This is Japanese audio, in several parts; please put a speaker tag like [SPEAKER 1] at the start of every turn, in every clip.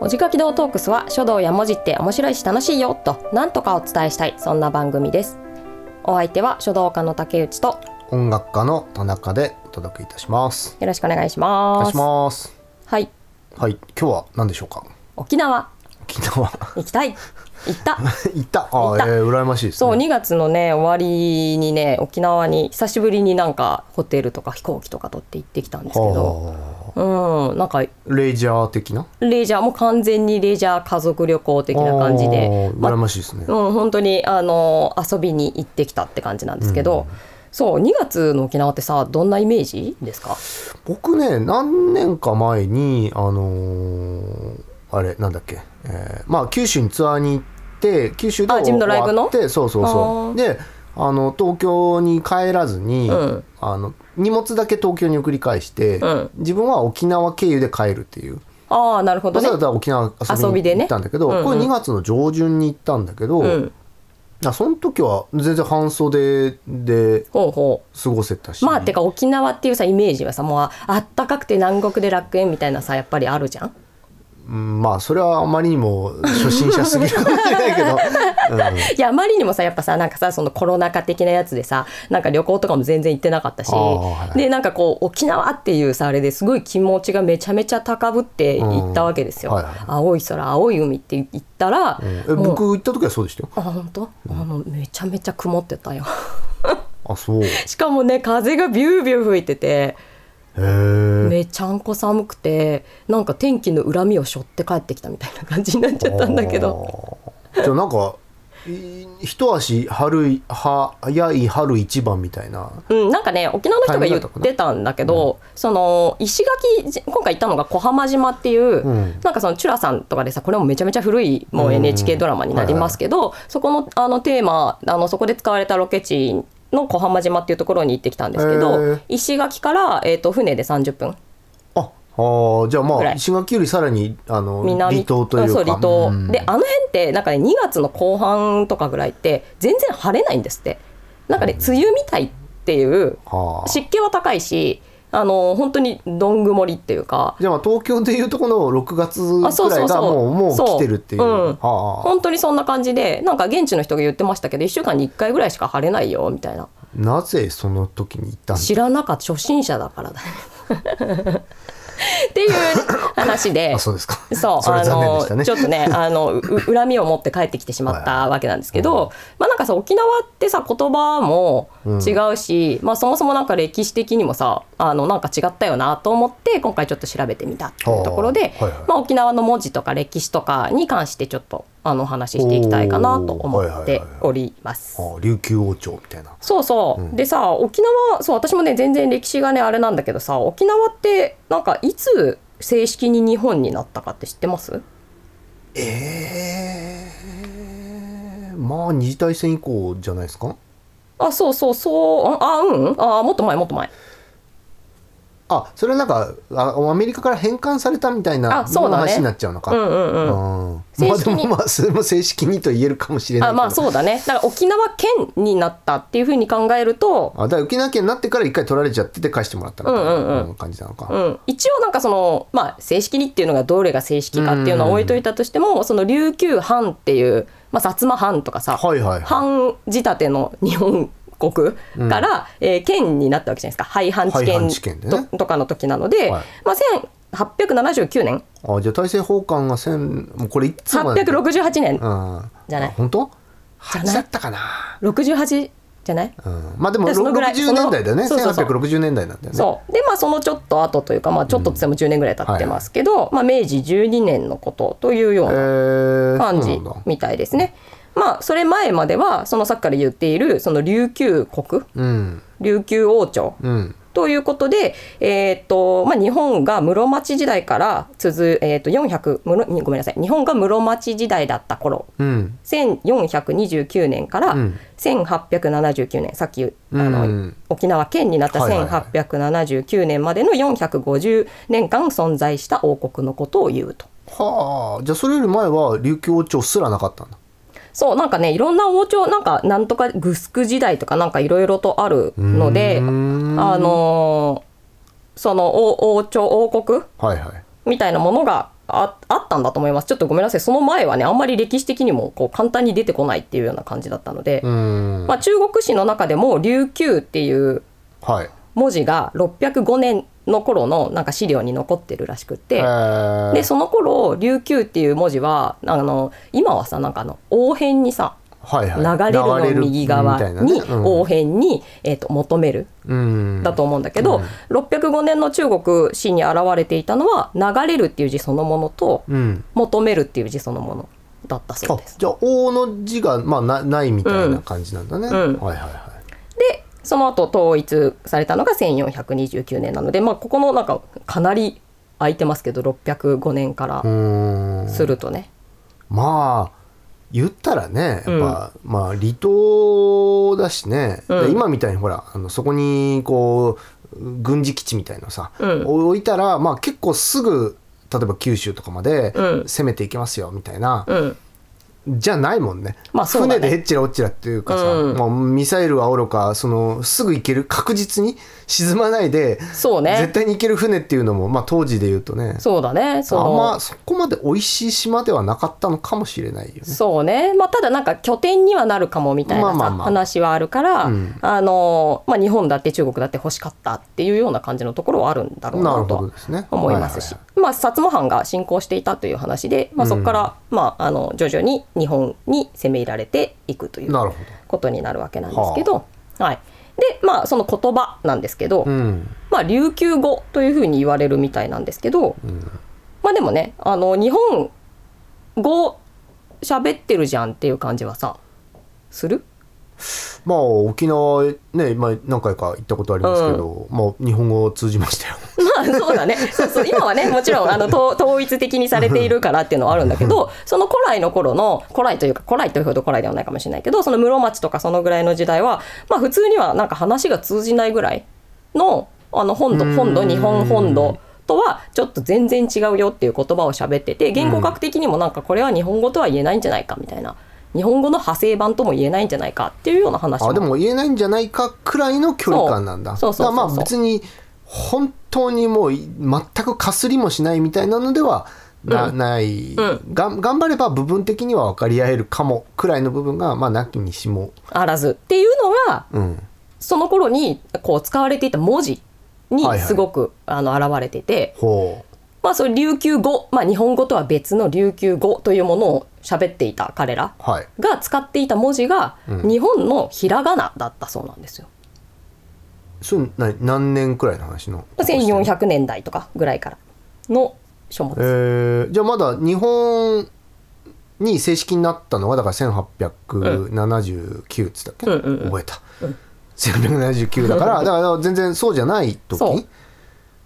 [SPEAKER 1] 文字書き道トークスは書道や文字って面白いし楽しいよとなんとかお伝えしたいそんな番組ですお相手は書道家の竹内と
[SPEAKER 2] 音楽家の田中でお届けいたします。
[SPEAKER 1] よろしくお願いし
[SPEAKER 2] お
[SPEAKER 1] ま
[SPEAKER 2] 願い
[SPEAKER 1] す
[SPEAKER 2] します。
[SPEAKER 1] はい
[SPEAKER 2] はい、今日は何でしょうか。
[SPEAKER 1] 沖縄
[SPEAKER 2] 沖縄
[SPEAKER 1] 行きた い行った
[SPEAKER 2] 行った。
[SPEAKER 1] 行
[SPEAKER 2] あ
[SPEAKER 1] っ
[SPEAKER 2] ー、
[SPEAKER 1] た
[SPEAKER 2] えー、羨ましいです
[SPEAKER 1] そう
[SPEAKER 2] ね。
[SPEAKER 1] 2月のね終わりにね沖縄に久しぶりになんかホテルとか飛行機とか取って行ってきたんですけど
[SPEAKER 2] は
[SPEAKER 1] うんなんか
[SPEAKER 2] あ、レジャー的な。
[SPEAKER 1] レジャーもう完全にレジャー家族旅行的な感じで
[SPEAKER 2] あー
[SPEAKER 1] ま
[SPEAKER 2] 羨ましいですね。
[SPEAKER 1] うん、本当にあの遊びに行ってきたって感じなんですけど、そう2月の沖縄ってさどんなイメージですか
[SPEAKER 2] 僕ね、何年か前に、あのーあれ、なんだっけ、えーまあ、九州にツアーに行って、九州で
[SPEAKER 1] あ自分のライブの
[SPEAKER 2] 終わってそうそう
[SPEAKER 1] あ
[SPEAKER 2] そ
[SPEAKER 1] ー
[SPEAKER 2] う。で、あの東京に帰らずに、
[SPEAKER 1] うん
[SPEAKER 2] あの荷物だけ東京に送り返して、
[SPEAKER 1] うん
[SPEAKER 2] 自分は沖縄経由で帰るっていう
[SPEAKER 1] ああなるほど
[SPEAKER 2] わ
[SPEAKER 1] ね
[SPEAKER 2] ざわ。ざ沖縄遊
[SPEAKER 1] 遊び
[SPEAKER 2] びに
[SPEAKER 1] で
[SPEAKER 2] 行
[SPEAKER 1] ね
[SPEAKER 2] ったんだけど、
[SPEAKER 1] うんうん
[SPEAKER 2] これ2月の上旬に行ったんだけど、
[SPEAKER 1] うん、
[SPEAKER 2] あその時は全然半袖で
[SPEAKER 1] ほうほ
[SPEAKER 2] 過ごせたし
[SPEAKER 1] うまあてか沖縄っていうさイメージはさもうああったかくて南国で楽園みたいなさやっぱりあるじゃん。
[SPEAKER 2] うんまあそれはあまりにも初心者すぎるかもしれない けど、
[SPEAKER 1] いやあまりにもさやっぱさなんかさそのコロナ禍的なやつでさなんか旅行とかも全然行ってなかったし、
[SPEAKER 2] あーはい
[SPEAKER 1] でなんかこう沖縄っていうさあれですごい気持ちがめちゃめちゃ高ぶって行ったわけですよ、
[SPEAKER 2] うんはいはい
[SPEAKER 1] 青い空青い海って言ったら、
[SPEAKER 2] うんえ
[SPEAKER 1] もう
[SPEAKER 2] 僕行った時はそうでしたよ
[SPEAKER 1] あ本当、あのめちゃめちゃ曇ってたよ
[SPEAKER 2] あそうへ
[SPEAKER 1] しかもね風がビュービュー吹いてて
[SPEAKER 2] え
[SPEAKER 1] めちゃんこ寒くてなんか天気の恨みを背負って帰ってきたみたいな感じになっちゃったんだけど
[SPEAKER 2] あーじゃあなんかい一足春いは早い春一番みたいな
[SPEAKER 1] うん、なんかね沖縄の人が言ってたんだけど、その石垣じ今回行ったのが小浜島っていう、
[SPEAKER 2] うん
[SPEAKER 1] なんかそのチュラさんとかでさこれもめちゃめちゃ古いも
[SPEAKER 2] う
[SPEAKER 1] うん NHK ドラマになりますけど、そこのあのテーマあのそこで使われたロケ地の小浜島っていうところに行ってきたんですけど、
[SPEAKER 2] へー
[SPEAKER 1] 石垣から、えー、と船で30分
[SPEAKER 2] ああーじゃあま
[SPEAKER 1] ぐら
[SPEAKER 2] あ
[SPEAKER 1] い
[SPEAKER 2] 石垣よりさらにあの
[SPEAKER 1] 南
[SPEAKER 2] 離島というか
[SPEAKER 1] そう離島、
[SPEAKER 2] ん
[SPEAKER 1] であの辺ってなんかね2月の後半とかぐらいって全然晴れないんですってなんかね梅雨みたいっていう
[SPEAKER 2] はあ
[SPEAKER 1] 湿気は高いしあの本当にどん曇りっていうか
[SPEAKER 2] じゃあまあ東京でいうとこの6月
[SPEAKER 1] あそ
[SPEAKER 2] く
[SPEAKER 1] う
[SPEAKER 2] ら
[SPEAKER 1] そ
[SPEAKER 2] いう
[SPEAKER 1] そ
[SPEAKER 2] が
[SPEAKER 1] う
[SPEAKER 2] もうもう
[SPEAKER 1] そう
[SPEAKER 2] 来てるっていう
[SPEAKER 1] うん
[SPEAKER 2] ああ
[SPEAKER 1] 本当にそんな感じでなんか現地の人が言ってましたけど1週間に1回ぐらいしか晴れないよみたいな
[SPEAKER 2] なぜその時に行ったんだ
[SPEAKER 1] 知らなかった初心者だからだ っていう話で
[SPEAKER 2] あそうですか
[SPEAKER 1] そう
[SPEAKER 2] それは残念でした
[SPEAKER 1] あの
[SPEAKER 2] ね
[SPEAKER 1] ちょっとね あのう恨みを持って帰ってきてしまったわけなんですけど、
[SPEAKER 2] はいは
[SPEAKER 1] まあなんかさ沖縄ってさ言葉も違うし、まあそもそもなんか歴史的にもさあのなんか違ったよなと思って今回ちょっと調べてみたっていうところで、
[SPEAKER 2] あーはいはい
[SPEAKER 1] まあ、沖縄の文字とか歴史とかに関してちょっとあのお話ししていきたいかなと思っております。
[SPEAKER 2] ああ琉球王朝みたいな
[SPEAKER 1] そうそう、でさ沖縄そう私もね全然歴史がねあれなんだけどさ沖縄ってなんかいつ正式に日本になったかって知ってます
[SPEAKER 2] ええまあ二次大戦以降じゃないですか
[SPEAKER 1] あそうそうそうあうんあもっと前もっと前
[SPEAKER 2] あそれはなんかあアメリカから返還されたみたいな
[SPEAKER 1] あそうだね
[SPEAKER 2] 話になっちゃうのか
[SPEAKER 1] うんうんうん
[SPEAKER 2] うんま
[SPEAKER 1] 正
[SPEAKER 2] あで
[SPEAKER 1] 式に
[SPEAKER 2] もまあ それも正式にと言えるかもしれない
[SPEAKER 1] あ
[SPEAKER 2] けど
[SPEAKER 1] まあそうだねだから沖縄県になったっていうふうに考えると、
[SPEAKER 2] あだから沖縄県になってから一回取られちゃってて返してもらったみたい
[SPEAKER 1] うんうんう
[SPEAKER 2] なんうん感じなのか、
[SPEAKER 1] うん、一応なんかその、まあ、正式にっていうのがどれが正式かっていうのは置いといたとしても、その琉球藩っていう、まあ、薩摩藩とかさ、
[SPEAKER 2] はいはいはい
[SPEAKER 1] 藩仕立ての日本国から、えー県になったわけじゃないですか廃藩置
[SPEAKER 2] 廃
[SPEAKER 1] 県
[SPEAKER 2] 藩置県でね
[SPEAKER 1] ととかの時なので、
[SPEAKER 2] はい
[SPEAKER 1] まあ、1879年
[SPEAKER 2] あじゃあ大政奉還が千もうこれいつもなんだけど
[SPEAKER 1] 868年
[SPEAKER 2] うん
[SPEAKER 1] じゃない
[SPEAKER 2] あ本当
[SPEAKER 1] じゃ
[SPEAKER 2] 八
[SPEAKER 1] ない
[SPEAKER 2] だったかな、
[SPEAKER 1] 68じゃない
[SPEAKER 2] うん、まあでも
[SPEAKER 1] でそのぐらい
[SPEAKER 2] 60年代だよね
[SPEAKER 1] そのそうそうそう
[SPEAKER 2] 1860年代なんだよね
[SPEAKER 1] そうでまあそのちょっと後というか、まあ、ちょっとつっても10年ぐらい経ってますけど、まあ、明治12年のことというよう
[SPEAKER 2] え
[SPEAKER 1] な
[SPEAKER 2] ー、
[SPEAKER 1] 感
[SPEAKER 2] そ
[SPEAKER 1] じ
[SPEAKER 2] うなんだ
[SPEAKER 1] みたいですね。まあそれ前まではそのさっきから言っているその琉球国
[SPEAKER 2] うん
[SPEAKER 1] 琉球王朝
[SPEAKER 2] うん
[SPEAKER 1] ということで、えーっとまあ、日本が室町時代から続、えーっと400室にごめんなさい日本が室町時代だった頃
[SPEAKER 2] うん
[SPEAKER 1] 1429年から
[SPEAKER 2] うん
[SPEAKER 1] 1879年、さっきあの、
[SPEAKER 2] うん
[SPEAKER 1] 沖縄県になった
[SPEAKER 2] はいはいはい
[SPEAKER 1] 1879年までの450年間存在した王国のことを言うと。
[SPEAKER 2] はあじゃあそれより前は琉球王朝すらなかったんだ
[SPEAKER 1] そうなんかねいろんな王朝なんかなんとかグスク時代とかなんかいろいろとあるので
[SPEAKER 2] うーん
[SPEAKER 1] あのーその王王朝王国
[SPEAKER 2] はいはい
[SPEAKER 1] みたいなものがああったんだと思いますちょっとごめんなさいその前はねあんまり歴史的にもこう簡単に出てこないっていうような感じだったので、
[SPEAKER 2] うん
[SPEAKER 1] まあ、中国史の中でも琉球っていう
[SPEAKER 2] はい
[SPEAKER 1] 文字が605年の頃のなんか資料に残ってるらしくって、
[SPEAKER 2] えー
[SPEAKER 1] でその頃琉球っていう文字はあの今はさなんかあの応変にさ
[SPEAKER 2] はい
[SPEAKER 1] 流れ
[SPEAKER 2] はい、
[SPEAKER 1] るの右側に応
[SPEAKER 2] 応
[SPEAKER 1] 変に、えー、と求める
[SPEAKER 2] 変
[SPEAKER 1] だと思うんだけど、605年の中国史に現れていたのは流れるっていう字そのものと
[SPEAKER 2] うん、うん
[SPEAKER 1] 求めるっていう字そのものだったそう
[SPEAKER 2] あ
[SPEAKER 1] です。
[SPEAKER 2] じゃあ「王」の字が、まあ、なないみたいな感じなんだね、
[SPEAKER 1] うんうん
[SPEAKER 2] はいはいはい
[SPEAKER 1] でその後統一されたのが1429年なので、まあ、ここのなんかかなり空いてますけど605年か
[SPEAKER 2] う
[SPEAKER 1] ら
[SPEAKER 2] ーん
[SPEAKER 1] するとね。
[SPEAKER 2] まあ言ったらねやっぱ、まあ離島だしね、で
[SPEAKER 1] うん
[SPEAKER 2] 今みたいにほらあのそこにこう軍事基地みたいのさ、
[SPEAKER 1] うん
[SPEAKER 2] 置いたら、まあ、結構すぐ例えば九州とかまで
[SPEAKER 1] うん
[SPEAKER 2] 攻めていけますよみたいな、
[SPEAKER 1] うん
[SPEAKER 2] じゃないもんね,、
[SPEAKER 1] まあそうだね
[SPEAKER 2] 船でへっちらおっちらっていうかさ、
[SPEAKER 1] うん
[SPEAKER 2] もうミサイルはおろかそのすぐ行ける確実に沈まないで、
[SPEAKER 1] そう
[SPEAKER 2] 絶
[SPEAKER 1] ね
[SPEAKER 2] 対に行ける船っていうのも、まあ、当時で言うとね
[SPEAKER 1] そうだねそ
[SPEAKER 2] あん
[SPEAKER 1] の
[SPEAKER 2] まそこまで美味しい島ではなかったのかもしれないよね。
[SPEAKER 1] そうね、まあ、ただなんか拠点にはなるかもみたいなさ、
[SPEAKER 2] まあまあまあ
[SPEAKER 1] 話はあるから、
[SPEAKER 2] うん
[SPEAKER 1] あのまあ、日本だって中国だって欲しかったっていうような感じのところはあるんだろう
[SPEAKER 2] なる
[SPEAKER 1] な
[SPEAKER 2] ほ
[SPEAKER 1] と
[SPEAKER 2] ど
[SPEAKER 1] は
[SPEAKER 2] ですね。
[SPEAKER 1] 思いますし、まあ、薩摩藩が侵攻していたという話で、まあ、そこから、まあ、あの徐々に日本に攻め入られていくという
[SPEAKER 2] なるほ
[SPEAKER 1] ことになるわけなんですけど、はい、で、まあ、その言葉なんですけど、
[SPEAKER 2] ど。うん。
[SPEAKER 1] まあ、琉球語というふうに言われるみたいなんですけど、
[SPEAKER 2] ん
[SPEAKER 1] まあでもねあの日本語喋ってるじゃんっていう感じはさする
[SPEAKER 2] まあ沖縄ね、まあ何回か行ったことありますけど、まあ日本語通じまし たよ。
[SPEAKER 1] まあそうだねそうそう今はねもちろんあの統統一的にされているからっていうのはあるんだけどその古来の頃の古来というか古来というほど古来ではないかもしれないけどその室町とかそのぐらいの時代は、まあ、普通にはなんか話が通じないぐらいのあの本土
[SPEAKER 2] うん
[SPEAKER 1] 本土日本本土とはちょっと全然違うよっていう言葉を喋ってて言語学的にもなんかこれは日本語とは言えないんじゃないかみたいな日本語の派生版とも言えないんじゃないかっていうような話
[SPEAKER 2] あでも言えないんじゃないかくらいの距離感なんだ。
[SPEAKER 1] そうそうそうそう
[SPEAKER 2] だからまあ別に本当にもうい全くかすりもしないみたいなのではな,、ない、
[SPEAKER 1] うん
[SPEAKER 2] がん頑張れば部分的には分かり合えるかもくらいの部分がまあなきにしも。
[SPEAKER 1] あらずっていうのは
[SPEAKER 2] うん。
[SPEAKER 1] その頃にこう使われていた文字に
[SPEAKER 2] はいはい
[SPEAKER 1] すごく、あの現れてて、
[SPEAKER 2] ほう。
[SPEAKER 1] まあ、それ琉球語、まあ、日本語とは別の琉球語というものを喋っていた彼ら
[SPEAKER 2] はい。
[SPEAKER 1] が使っていた文字が
[SPEAKER 2] うん
[SPEAKER 1] 日本のひらがなだったそうなんですよ。
[SPEAKER 2] それ何何年くらいの話の。
[SPEAKER 1] 1400年代とかぐらいからの書物です。
[SPEAKER 2] えーじゃあまだ日本に正式になったのがだから1879っつったっけ、
[SPEAKER 1] うんうんうん
[SPEAKER 2] 覚えた、1879だからだから全然そうじゃない
[SPEAKER 1] そ
[SPEAKER 2] 時
[SPEAKER 1] う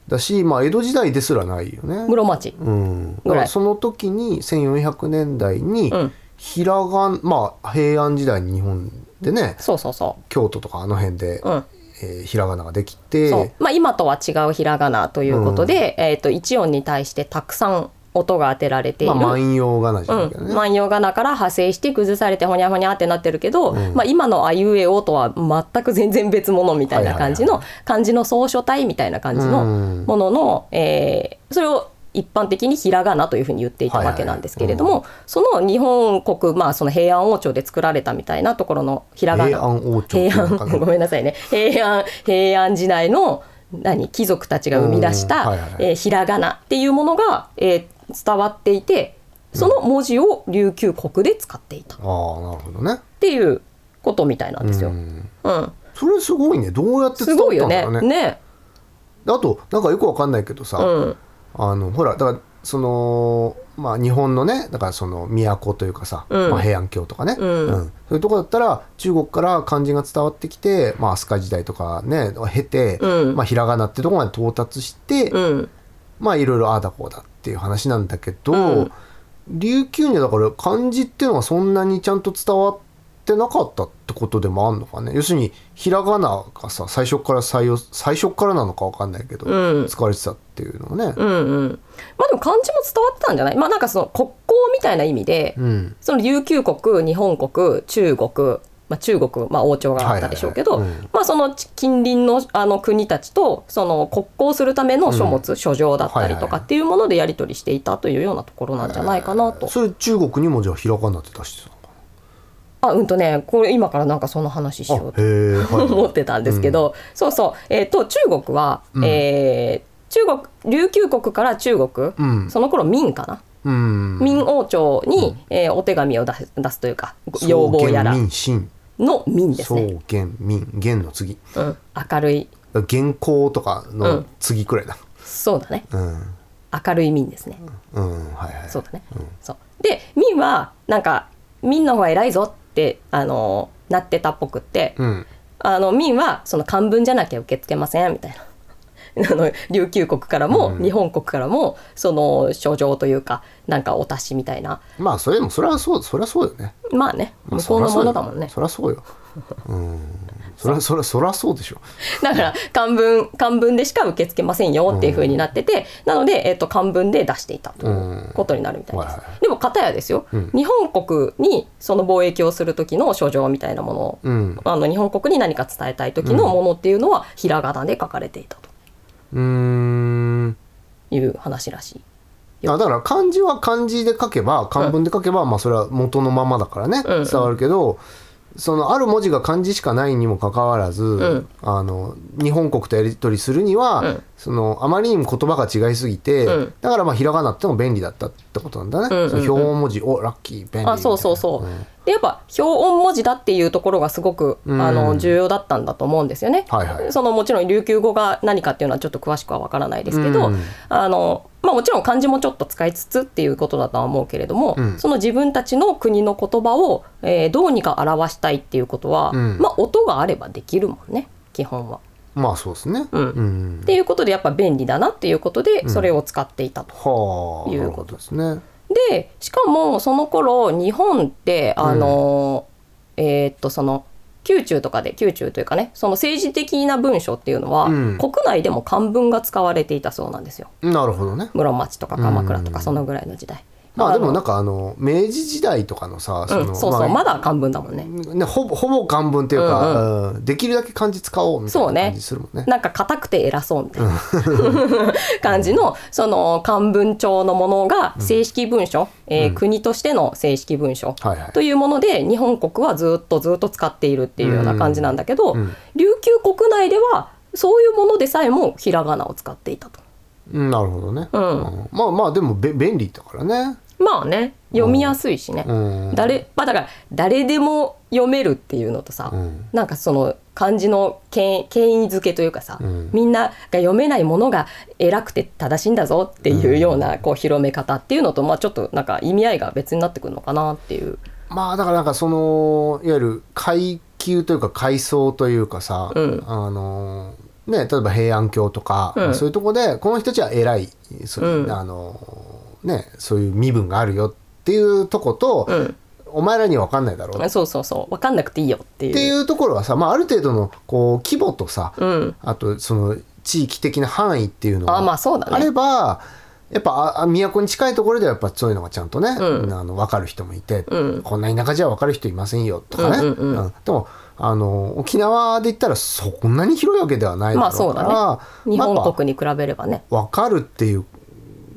[SPEAKER 2] だし、まあ、江戸時代ですらないよね、
[SPEAKER 1] 室町、
[SPEAKER 2] うん、だ
[SPEAKER 1] ぐ
[SPEAKER 2] からら
[SPEAKER 1] い
[SPEAKER 2] その時に1400年代に
[SPEAKER 1] うん
[SPEAKER 2] ひらがなまあ平安時代に日本でね
[SPEAKER 1] そうそうそ
[SPEAKER 2] 京都とかあの辺で、
[SPEAKER 1] う。うん
[SPEAKER 2] えーひらがなができて
[SPEAKER 1] そうまあ、今とは違うひらがなということで、えー、と一音に対してたくさん音が当てられてい
[SPEAKER 2] ま
[SPEAKER 1] る、
[SPEAKER 2] あ万葉仮名じゃないけど
[SPEAKER 1] う
[SPEAKER 2] ね、
[SPEAKER 1] ん、万葉仮名から派生して崩されてほにゃほにゃってなってるけど、
[SPEAKER 2] うん
[SPEAKER 1] まあ、今のあいうえおとは全く全然別物みたいな感じ
[SPEAKER 2] は
[SPEAKER 1] の漢字の総書体みたいな感じ
[SPEAKER 2] うん
[SPEAKER 1] のものの、えーそれを一般的にひらがなというふうに言っていた
[SPEAKER 2] はいはい
[SPEAKER 1] わけなんですけれども、その日本国、まあ、その平安王朝で作られたみたいなところのひらがな
[SPEAKER 2] 平安王朝っていう
[SPEAKER 1] 平
[SPEAKER 2] の
[SPEAKER 1] 安
[SPEAKER 2] かな
[SPEAKER 1] ごめんなさいね平安平安時代の何貴族たちが生み出し
[SPEAKER 2] うん
[SPEAKER 1] た、
[SPEAKER 2] はいはいはい
[SPEAKER 1] えーひらがなっていうものが、えー伝わっていてその文字を琉球国で使っていたっ
[SPEAKER 2] ああなるほどね
[SPEAKER 1] ていうことみたいなんですよ。
[SPEAKER 2] う
[SPEAKER 1] うん
[SPEAKER 2] んそれすごいねどうやって
[SPEAKER 1] す
[SPEAKER 2] 伝わっ
[SPEAKER 1] ごい
[SPEAKER 2] た
[SPEAKER 1] よ
[SPEAKER 2] ん
[SPEAKER 1] ね
[SPEAKER 2] だろうね。
[SPEAKER 1] ね
[SPEAKER 2] あとなんかよくわかんないけどさ、
[SPEAKER 1] うん
[SPEAKER 2] あのほらだからそのまあ日本のねだからその都というかさ、
[SPEAKER 1] うん
[SPEAKER 2] まあ、平安京とかね、
[SPEAKER 1] うん
[SPEAKER 2] そういうとこだったら中国から漢字が伝わってきて、まあ、飛鳥時代とかね経て、
[SPEAKER 1] うん
[SPEAKER 2] まあ、ひらがなってとこまで到達して、
[SPEAKER 1] うん
[SPEAKER 2] まあいろいろああだこうだっていう話なんだけど、
[SPEAKER 1] うん
[SPEAKER 2] 琉球にはだから漢字っていうのはそんなにちゃんと伝わってなかったってことでもあんのかね要するにひらがながさ最初から採用最初からなのかわかんないけど、
[SPEAKER 1] うん
[SPEAKER 2] 使われてたっていうのはね。
[SPEAKER 1] うんうんまあでも漢字も伝わってたんじゃないまあなんかその国交みたいな意味で、
[SPEAKER 2] うん
[SPEAKER 1] その琉球国日本国中国まあ、中国、まあ、王朝があったでしょうけど、
[SPEAKER 2] はいはいはいうん
[SPEAKER 1] まあ、その近隣のあの国たちとその国交するための書物、書状だったりと
[SPEAKER 2] はいは
[SPEAKER 1] か
[SPEAKER 2] い
[SPEAKER 1] っていうものでやり取りしていたというようなところなんじゃないかなと。
[SPEAKER 2] それ中国にもじゃあひらがなって出してたのか
[SPEAKER 1] あうんとねこれ今からなんかその話しようと
[SPEAKER 2] なあへえ、は い
[SPEAKER 1] 思ってたんですけど、そうそう、えー、と中国は、
[SPEAKER 2] うん
[SPEAKER 1] えー中国琉球国から中国、
[SPEAKER 2] うん
[SPEAKER 1] その頃明かな、
[SPEAKER 2] うん
[SPEAKER 1] 明王朝に、えーお手紙を出す出すというか要望やら
[SPEAKER 2] 草原民進
[SPEAKER 1] の明です
[SPEAKER 2] 草
[SPEAKER 1] ね、
[SPEAKER 2] 原民元の次
[SPEAKER 1] うん、明るい
[SPEAKER 2] 元寇とか
[SPEAKER 1] う
[SPEAKER 2] の
[SPEAKER 1] ん
[SPEAKER 2] 次くらいだ
[SPEAKER 1] そうだね
[SPEAKER 2] うん
[SPEAKER 1] 明るい明ですね
[SPEAKER 2] うんはいはい
[SPEAKER 1] そうだね、そうで明はなんか明の方が偉いぞってあのーなってたっぽくって、
[SPEAKER 2] うん
[SPEAKER 1] あの明はその漢文じゃなきゃ受け付けませんみたいな。 あの琉球国からも
[SPEAKER 2] うん
[SPEAKER 1] 日本国からもその書状というかなんかお達しみたいな
[SPEAKER 2] まあそれでもそれはそうそれはそうよね
[SPEAKER 1] まあね
[SPEAKER 2] まあ
[SPEAKER 1] 向こうのものだもんね
[SPEAKER 2] そりゃそうよそりゃそうようんそりゃそりゃそりゃそうでしょ
[SPEAKER 1] だから漢文漢文でしか受け付けませんよっていう風になっててなのでえっと漢文で出していたということになるみたいで
[SPEAKER 2] うん
[SPEAKER 1] す
[SPEAKER 2] はいは
[SPEAKER 1] でも片やですよ
[SPEAKER 2] うん
[SPEAKER 1] 日本国にその貿易をする時の書状みたいなものを
[SPEAKER 2] うん
[SPEAKER 1] あの日本国に何か伝えたい時のものっていうのはひらがなで書かれていたと
[SPEAKER 2] うーん
[SPEAKER 1] いう話らしい。
[SPEAKER 2] あだから漢字は漢字で書けば漢文で書けば、まあそれは元のままだからね、
[SPEAKER 1] うんうん
[SPEAKER 2] 伝わるけどそのある文字が漢字しかないにもかかわらず、
[SPEAKER 1] ん
[SPEAKER 2] あの日本国とやり取りするには、
[SPEAKER 1] うん
[SPEAKER 2] そのあまりにも言葉が違いすぎて、
[SPEAKER 1] うん
[SPEAKER 2] だからまあひらがなってのも便利だったってことなんだね、
[SPEAKER 1] うんうんうん
[SPEAKER 2] その表音文字をラッキー便利みたいな
[SPEAKER 1] あそうそうそう、
[SPEAKER 2] ん
[SPEAKER 1] でやっぱ表音文字だっていうところがすごく、
[SPEAKER 2] うん
[SPEAKER 1] あの重要だったんだと思うんですよね、
[SPEAKER 2] はいはい
[SPEAKER 1] そのもちろん琉球語が何かっていうのはちょっと詳しくはわからないですけど、
[SPEAKER 2] うん
[SPEAKER 1] あのまあ、もちろん漢字もちょっと使いつつっていうことだとは思うけれども、
[SPEAKER 2] うん
[SPEAKER 1] その自分たちの国の言葉を、えーどうにか表したいっていうことは、
[SPEAKER 2] うん
[SPEAKER 1] まあ、音があればできるもんね基本は。
[SPEAKER 2] まあそうですね、
[SPEAKER 1] うん
[SPEAKER 2] ん
[SPEAKER 1] っていうことでやっぱ便利だなっていうことでそれを使っていたと。
[SPEAKER 2] はあ
[SPEAKER 1] いうこと
[SPEAKER 2] ですね
[SPEAKER 1] でしかもその頃日本ってあの、えーっとその宮中とかで宮中というかねその政治的な文書っていうのは、
[SPEAKER 2] うん
[SPEAKER 1] 国内でも漢文が使われていたそうなんですよ
[SPEAKER 2] なるほどね
[SPEAKER 1] 室町とか鎌倉とか
[SPEAKER 2] うん
[SPEAKER 1] そのぐらいの時代。
[SPEAKER 2] まあでもなん
[SPEAKER 1] か
[SPEAKER 2] かあの明治時代とかのさ
[SPEAKER 1] うん、そうそう、
[SPEAKER 2] まあ
[SPEAKER 1] まだ漢文だもんね。
[SPEAKER 2] ね、ほぼほぼ漢文っていうか、うんできるだけ漢字使おうみたい
[SPEAKER 1] そう
[SPEAKER 2] な
[SPEAKER 1] ね
[SPEAKER 2] 感じするもんね。
[SPEAKER 1] なんか硬くて偉そうみたいな感じのその漢文帳のものが正式文書、えー
[SPEAKER 2] うん
[SPEAKER 1] 国としての正式文書
[SPEAKER 2] はいはい
[SPEAKER 1] というもので日本国はずっとずっと使っているっていうような感じなんだけど、
[SPEAKER 2] うんうん
[SPEAKER 1] 琉球国内ではそういうものでさえもひらがなを使っていたと。
[SPEAKER 2] うんなるほどね。
[SPEAKER 1] うん
[SPEAKER 2] うんまあまあでもべ便利だからね。
[SPEAKER 1] まあね読みやすいしね、
[SPEAKER 2] うん、
[SPEAKER 1] 誰まあ、だから誰でも読めるっていうのとさ、
[SPEAKER 2] うん
[SPEAKER 1] なんかその漢字の権権威づけというかさ、
[SPEAKER 2] うん
[SPEAKER 1] みんなが読めないものが偉くて正しいんだぞっていうようなこう広め方っていうのと、まあ、ちょっとなんか意味合いが別になってくるのかなっていう。
[SPEAKER 2] まあだからなんかそのいわゆる階級というか階層というかさ、
[SPEAKER 1] うん
[SPEAKER 2] あのね例えば平安京とか、
[SPEAKER 1] うん
[SPEAKER 2] そういうとこでこの人たちは偉いそういう、
[SPEAKER 1] うん
[SPEAKER 2] あのねそういう身分があるよっていうとこと、
[SPEAKER 1] うん
[SPEAKER 2] お前らには分かんないだろう
[SPEAKER 1] そうそうそう分かんなくていいよっていう。
[SPEAKER 2] っていうところはさ、まあ、ある程度のこう規模とさ、
[SPEAKER 1] うん、
[SPEAKER 2] あとその地域的な範囲っていうの
[SPEAKER 1] あま
[SPEAKER 2] が
[SPEAKER 1] あそうだね。
[SPEAKER 2] あればやっぱあ都に近いところではやっぱそういうのがちゃんとね、
[SPEAKER 1] うん
[SPEAKER 2] あの分かる人もいて、
[SPEAKER 1] うん
[SPEAKER 2] こんな田舎じゃ分かる人いませんよとかね、
[SPEAKER 1] うんうんうん
[SPEAKER 2] でもあの沖縄で言ったらそんなに広いわけではないだ
[SPEAKER 1] まあそ
[SPEAKER 2] ろ
[SPEAKER 1] う
[SPEAKER 2] う
[SPEAKER 1] だ
[SPEAKER 2] か
[SPEAKER 1] ね
[SPEAKER 2] ら、
[SPEAKER 1] 日
[SPEAKER 2] まあや
[SPEAKER 1] 本
[SPEAKER 2] っぱ
[SPEAKER 1] 国に比べればね。
[SPEAKER 2] 分かるっていう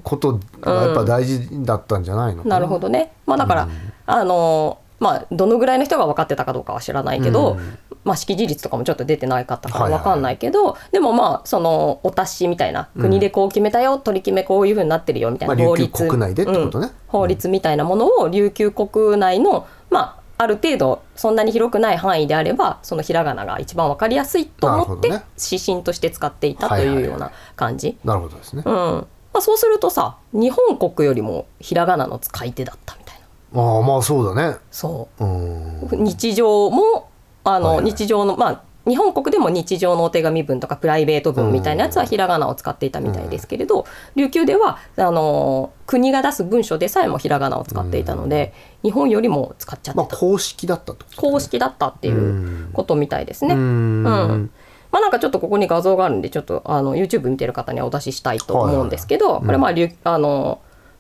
[SPEAKER 2] ことがやっぱ大事だったんじゃないのかな。
[SPEAKER 1] なるほどね。まあだから、あのまあどのぐらいの人が分かってたかどうかは知らないけど、
[SPEAKER 2] うん
[SPEAKER 1] まあ識字率とかもちょっと出てないかったから
[SPEAKER 2] はいはい
[SPEAKER 1] 分かんないけど、でもまあそのお達しみたいな国でこう決めたよ、取り決めこういうふうになってるよみたいな、
[SPEAKER 2] まあ琉球国内でってことね
[SPEAKER 1] うん法律みたいなものを琉球国内のまあある程度そんなに広くない範囲であればそのひらがなが一番分かりやすいと思って、
[SPEAKER 2] なるほ
[SPEAKER 1] 指針として使っていたというような感じ。
[SPEAKER 2] なるほどですね。
[SPEAKER 1] うんまあ、そうするとさ日本国よりもひらがなの使い手だったみたいな
[SPEAKER 2] ああまあそうだね。
[SPEAKER 1] そううん日常もあの、
[SPEAKER 2] はいはい
[SPEAKER 1] 日常のまあ日本国でも日常のお手紙文とかプライベート文みたいなやつはひらがなを使っていたみたいですけれど、琉球ではあの国が出す文書でさえもひらがなを使っていたので、日本よりも使っちゃって
[SPEAKER 2] ま
[SPEAKER 1] た、
[SPEAKER 2] あ公式だったってこと
[SPEAKER 1] 公式だったっていうことみたいですね。
[SPEAKER 2] うーん
[SPEAKER 1] うんまあ、なんかちょっとここに画像があるんでちょっとあの YouTube 見てる方にはお出ししたいと思うんですけど、これまあ、りゅあの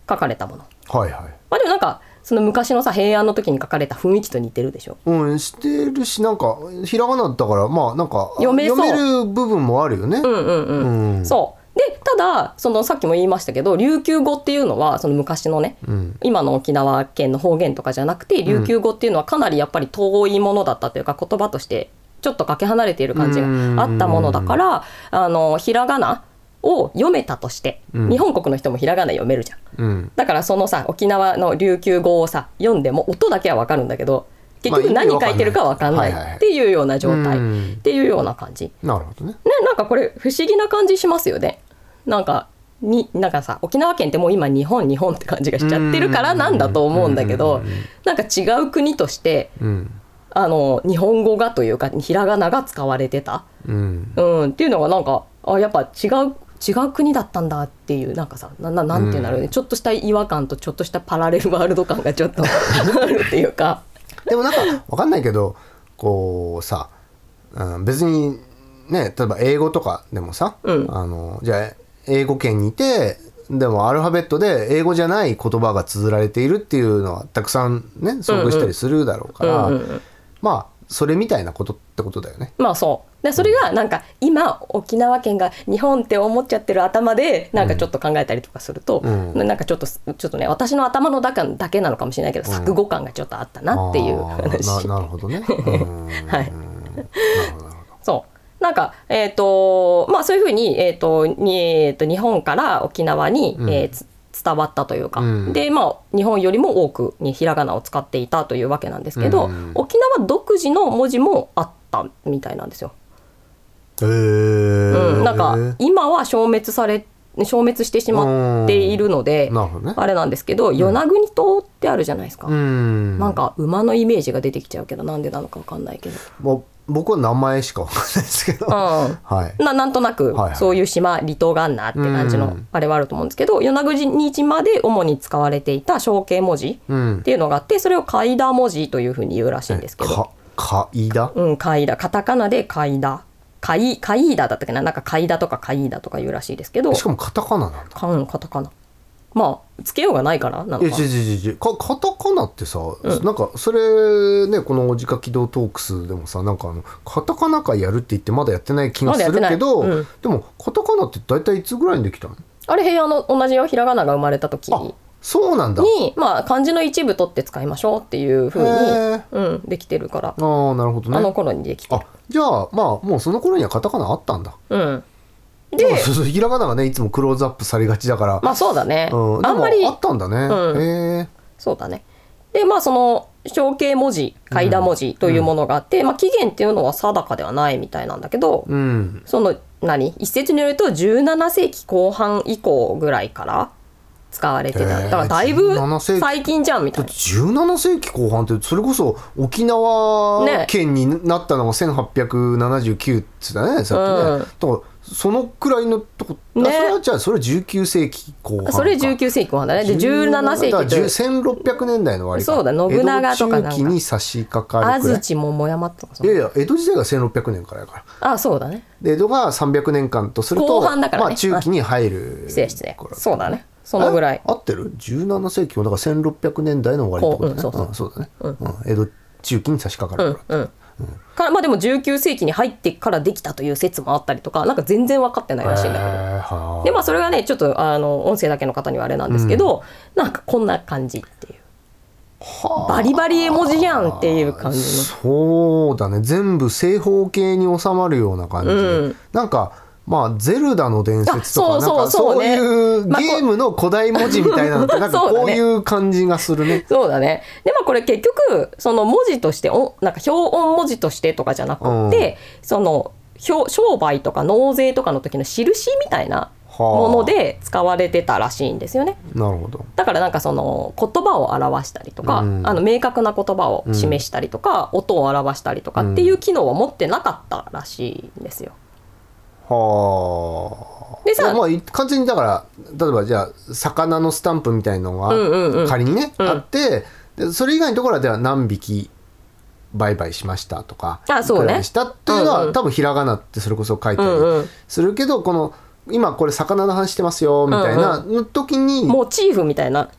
[SPEAKER 1] 書かれたもの、
[SPEAKER 2] はいはい
[SPEAKER 1] まあ、でもなんかその昔のさ平安の時に書かれた雰囲気と似てるでしょ
[SPEAKER 2] うん、してるしなんかひらがなだからまあなんか
[SPEAKER 1] 読めそう
[SPEAKER 2] る部分もあるよね。
[SPEAKER 1] うんうんうん
[SPEAKER 2] うん
[SPEAKER 1] そうでただそのさっきも言いましたけど琉球語っていうのはその昔のね
[SPEAKER 2] うん
[SPEAKER 1] 今の沖縄県の方言とかじゃなくて琉球語っていうのはかなりやっぱり遠いものだったというか言葉としてちょっとかけ離れている感じがあったものだからあのひらがなを読めたとして
[SPEAKER 2] うん
[SPEAKER 1] 日本国の人もひらがな読めるじゃん。
[SPEAKER 2] うん
[SPEAKER 1] だからそのさ沖縄の琉球語をさ読んでも音だけはわかるんだけど結局
[SPEAKER 2] まあ意味
[SPEAKER 1] 何
[SPEAKER 2] わかんない
[SPEAKER 1] 書いてるかわかんな
[SPEAKER 2] はいはいはい
[SPEAKER 1] いっていうような状態
[SPEAKER 2] う
[SPEAKER 1] っ
[SPEAKER 2] ん
[SPEAKER 1] ていうような感じ。
[SPEAKER 2] なるほどね。
[SPEAKER 1] ね、なんかこれ不思議な感じしますよね。なんかになんかさ沖縄県ってもう今日本日本って感じがしちゃってるからなんだと思うんだけどなんか違う国として
[SPEAKER 2] うん
[SPEAKER 1] あの日本語がというかひらがなが使われてた、
[SPEAKER 2] うん
[SPEAKER 1] うん、っていうのがなんかあやっぱ違う違う国だったんだっていうなんかさなななんていうんだろうね、ちょっとした違和感とちょっとしたパラレルワールド感がちょっと あるっていうか。
[SPEAKER 2] でもなんかわかんないけどこうさ、うん、別にね例えば英語とかでもさ、
[SPEAKER 1] うん
[SPEAKER 2] あのじゃあ英語圏にいてでもアルファベットで英語じゃない言葉が綴られているっていうのはたくさんね遭遇したりするだろうか
[SPEAKER 1] う
[SPEAKER 2] ら、
[SPEAKER 1] んうんうん
[SPEAKER 2] まあそれみたいなことってことだよね。
[SPEAKER 1] まあそうでそれがなんか今沖縄県が日本って思っちゃってる頭でなんかちょっと考えたりとかすると、
[SPEAKER 2] うん
[SPEAKER 1] なんかちょっとすちょっとね私の頭の中だけなのかもしれないけど、
[SPEAKER 2] うん
[SPEAKER 1] 錯誤感がちょっとあったなっていう
[SPEAKER 2] あー
[SPEAKER 1] 話
[SPEAKER 2] ななる ほどね。う ん
[SPEAKER 1] はい
[SPEAKER 2] なるほどなるほど
[SPEAKER 1] そうなんかえっ、とまあそういうふうに,、えーとにえーと日本から沖縄に、
[SPEAKER 2] うん
[SPEAKER 1] えーつ伝わったというか、
[SPEAKER 2] うん
[SPEAKER 1] でまあ日本よりも多くにひらがなを使っていたというわけなんですけど、
[SPEAKER 2] うん
[SPEAKER 1] 沖縄独自の文字もあったみたいなんですよ。
[SPEAKER 2] えー
[SPEAKER 1] うん、なんか今は消滅され消滅してしまっているので
[SPEAKER 2] なるほどね。
[SPEAKER 1] あれなんですけど与那国島ってあるじゃないですか、
[SPEAKER 2] うん、
[SPEAKER 1] なんか馬のイメージが出てきちゃうけどなんでなのかわかんないけど、
[SPEAKER 2] もう僕は名前しかわかんないですけど、
[SPEAKER 1] うん、
[SPEAKER 2] はい。
[SPEAKER 1] ななんとなく
[SPEAKER 2] はいはい
[SPEAKER 1] そういう島、離島があんなって感じ
[SPEAKER 2] う
[SPEAKER 1] の
[SPEAKER 2] ん
[SPEAKER 1] あれはあると思うんですけど与那国島で主に使われていた象形文字
[SPEAKER 2] うん
[SPEAKER 1] っ。ていうのがあってそれを「カイダ文字」というふうに言うらしいんですけど。
[SPEAKER 2] か、かいだ。
[SPEAKER 1] うん、カイダカタカナでカイダカイカイダだったっけななんかカイダとかカイダとか言うらしいですけど
[SPEAKER 2] しかもカタカナなんだ。
[SPEAKER 1] かうんカタカナまあつけようがないからなの
[SPEAKER 2] いや、
[SPEAKER 1] か
[SPEAKER 2] 違う違う違う、か、カタカナってさ、なんか、それ、ね、このおじか起動トークスでもさ、なんか、あの。カタカナ会やるって言って、まだやってない気が
[SPEAKER 1] まだ
[SPEAKER 2] す
[SPEAKER 1] やって
[SPEAKER 2] る
[SPEAKER 1] ない
[SPEAKER 2] けど、
[SPEAKER 1] うん
[SPEAKER 2] でも、カタカナって、大体いつぐらいにできたの。
[SPEAKER 1] あれ平安の同じよひらがなが生まれた時
[SPEAKER 2] あ、そうなんだ。
[SPEAKER 1] にまあ漢字の一部取って使いましょうっていうふうに
[SPEAKER 2] へー、
[SPEAKER 1] うん、できてるから、
[SPEAKER 2] ああ、なるほど
[SPEAKER 1] あの
[SPEAKER 2] ね。
[SPEAKER 1] 頃にできて
[SPEAKER 2] あ、じゃあ、まあ、もうその頃にはカタカナあったんだ。
[SPEAKER 1] うん
[SPEAKER 2] で
[SPEAKER 1] で
[SPEAKER 2] も、そうそう、ひらがながね、いつもクローズアップされがちだから。
[SPEAKER 1] まあそうだね、
[SPEAKER 2] うん、で
[SPEAKER 1] あんまり
[SPEAKER 2] もあったんだね。
[SPEAKER 1] うん
[SPEAKER 2] へえ。
[SPEAKER 1] そうだねでまあその象形文字階段文字というものがあって、まあ、起源っていうのは定かではないみたいなんだけど、
[SPEAKER 2] うん。
[SPEAKER 1] その何一説によると17世紀後半以降ぐらいから使われてた、
[SPEAKER 2] へー
[SPEAKER 1] だからだいぶ
[SPEAKER 2] 17世紀
[SPEAKER 1] 最近じゃんみたいな
[SPEAKER 2] 17世紀後半ってそれこそ沖縄
[SPEAKER 1] ね
[SPEAKER 2] 県になったのが1879っつったねさっきね、
[SPEAKER 1] うん
[SPEAKER 2] だからそのくらいのとこ、あ
[SPEAKER 1] ね
[SPEAKER 2] それはじゃあそれ19世紀後半か
[SPEAKER 1] それ19世紀後半だねで17世
[SPEAKER 2] だか
[SPEAKER 1] 紀
[SPEAKER 2] ら
[SPEAKER 1] という
[SPEAKER 2] 1600年代の割りか
[SPEAKER 1] そうだ信長とかなんか
[SPEAKER 2] 江戸中期に差し掛かるくら
[SPEAKER 1] 安
[SPEAKER 2] い
[SPEAKER 1] 土桃山とかそ
[SPEAKER 2] い
[SPEAKER 1] の
[SPEAKER 2] やいや江戸時代が1600年からやから
[SPEAKER 1] あそうだね
[SPEAKER 2] で江戸が300年間とすると
[SPEAKER 1] 後半だからね
[SPEAKER 2] まあ、中期に入る
[SPEAKER 1] 失礼失礼
[SPEAKER 2] 頃
[SPEAKER 1] そうだねそのぐらい
[SPEAKER 2] え合ってる17世紀もだから1600年代の終わりってことね
[SPEAKER 1] こううん
[SPEAKER 2] そうだね、うん江戸中期に差し掛か
[SPEAKER 1] う
[SPEAKER 2] る
[SPEAKER 1] ん
[SPEAKER 2] から、
[SPEAKER 1] うんからまあでも19世紀に入ってからできたという説もあったりとかなんか全然分かってないらしいんだけど
[SPEAKER 2] へーはー
[SPEAKER 1] でまあそれがねちょっとあの音声だけの方にはあれなんですけど、なんかこんな感じっていう
[SPEAKER 2] は
[SPEAKER 1] バリバリ絵文字やんっていう感じの
[SPEAKER 2] そうだね全部正方形に収まるような感じ、
[SPEAKER 1] うん
[SPEAKER 2] なんかまあ、ゼルダの伝説とか
[SPEAKER 1] あ
[SPEAKER 2] なん
[SPEAKER 1] そう
[SPEAKER 2] か
[SPEAKER 1] そうそ
[SPEAKER 2] そ
[SPEAKER 1] う
[SPEAKER 2] う
[SPEAKER 1] ね
[SPEAKER 2] いう
[SPEAKER 1] まあこ
[SPEAKER 2] ゲームの古代文字みたいなのってなんか
[SPEAKER 1] そうだ
[SPEAKER 2] こう
[SPEAKER 1] ね
[SPEAKER 2] いう感じがする ね。
[SPEAKER 1] そうだね。でまあこれ結局その文字としておなんか表音文字としてとかじゃなくて、その表商売とか納税とかの時の印みたいなもので使われてたらしいんですよね。
[SPEAKER 2] なるほど。
[SPEAKER 1] だからなんかその言葉を表したりとか、
[SPEAKER 2] うん
[SPEAKER 1] あの明確な言葉を示したりとか、音を表したりとかっていう機能を持ってなかったらしいんですよ。
[SPEAKER 2] はあ。
[SPEAKER 1] でさ
[SPEAKER 2] まあい完全にだから例えばじゃあ魚のスタンプみたいのが、
[SPEAKER 1] うんうんうん
[SPEAKER 2] 仮にね、
[SPEAKER 1] うん
[SPEAKER 2] あってでそれ以外のところでは何匹売買しましたとか
[SPEAKER 1] あそうね
[SPEAKER 2] いくらでしたっていうのは、
[SPEAKER 1] うんうん
[SPEAKER 2] 多分ひらがなってそれこそ書いた
[SPEAKER 1] うんう
[SPEAKER 2] り
[SPEAKER 1] ん
[SPEAKER 2] するけど、この今これ魚の話してますよみたいなの時に、
[SPEAKER 1] モチーフみたいな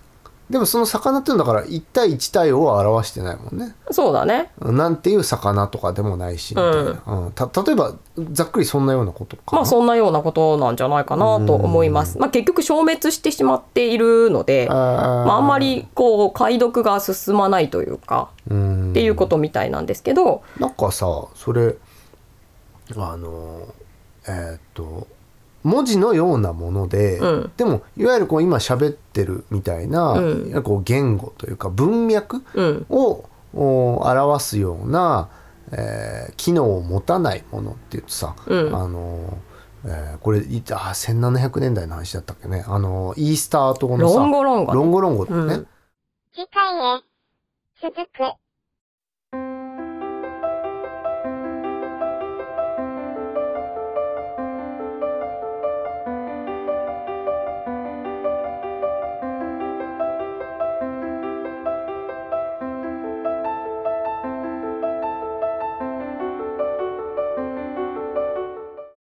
[SPEAKER 2] でもその魚っていうのはだから1対1対をは表してないもんね。
[SPEAKER 1] そうだね
[SPEAKER 2] なんていう魚とかでもないしみたいな、うんた例えばざっくりそんなようなことか
[SPEAKER 1] ま
[SPEAKER 2] な。
[SPEAKER 1] あそんなようなことなんじゃないかなと思います。まあ結局消滅してしまっているので、ま
[SPEAKER 2] あー
[SPEAKER 1] ああんまりこう解読が進まないというか
[SPEAKER 2] うん
[SPEAKER 1] っていうことみたいなんですけど、
[SPEAKER 2] なんかさそれあのえーっと文字のようなもので、
[SPEAKER 1] うん
[SPEAKER 2] でもいわゆるこう今喋ってるみたいな,、
[SPEAKER 1] うん
[SPEAKER 2] なんかこう言語というか文脈
[SPEAKER 1] うん、
[SPEAKER 2] をお表すような、えー機能を持たないものっていうとさ、
[SPEAKER 1] うん
[SPEAKER 2] あのえーこれいつあー1700年代の話だったっけねあのイースター島のさ
[SPEAKER 1] ロンゴロンゴ
[SPEAKER 2] ロンゴロンゴだね、
[SPEAKER 1] うん
[SPEAKER 3] 次回へ続く。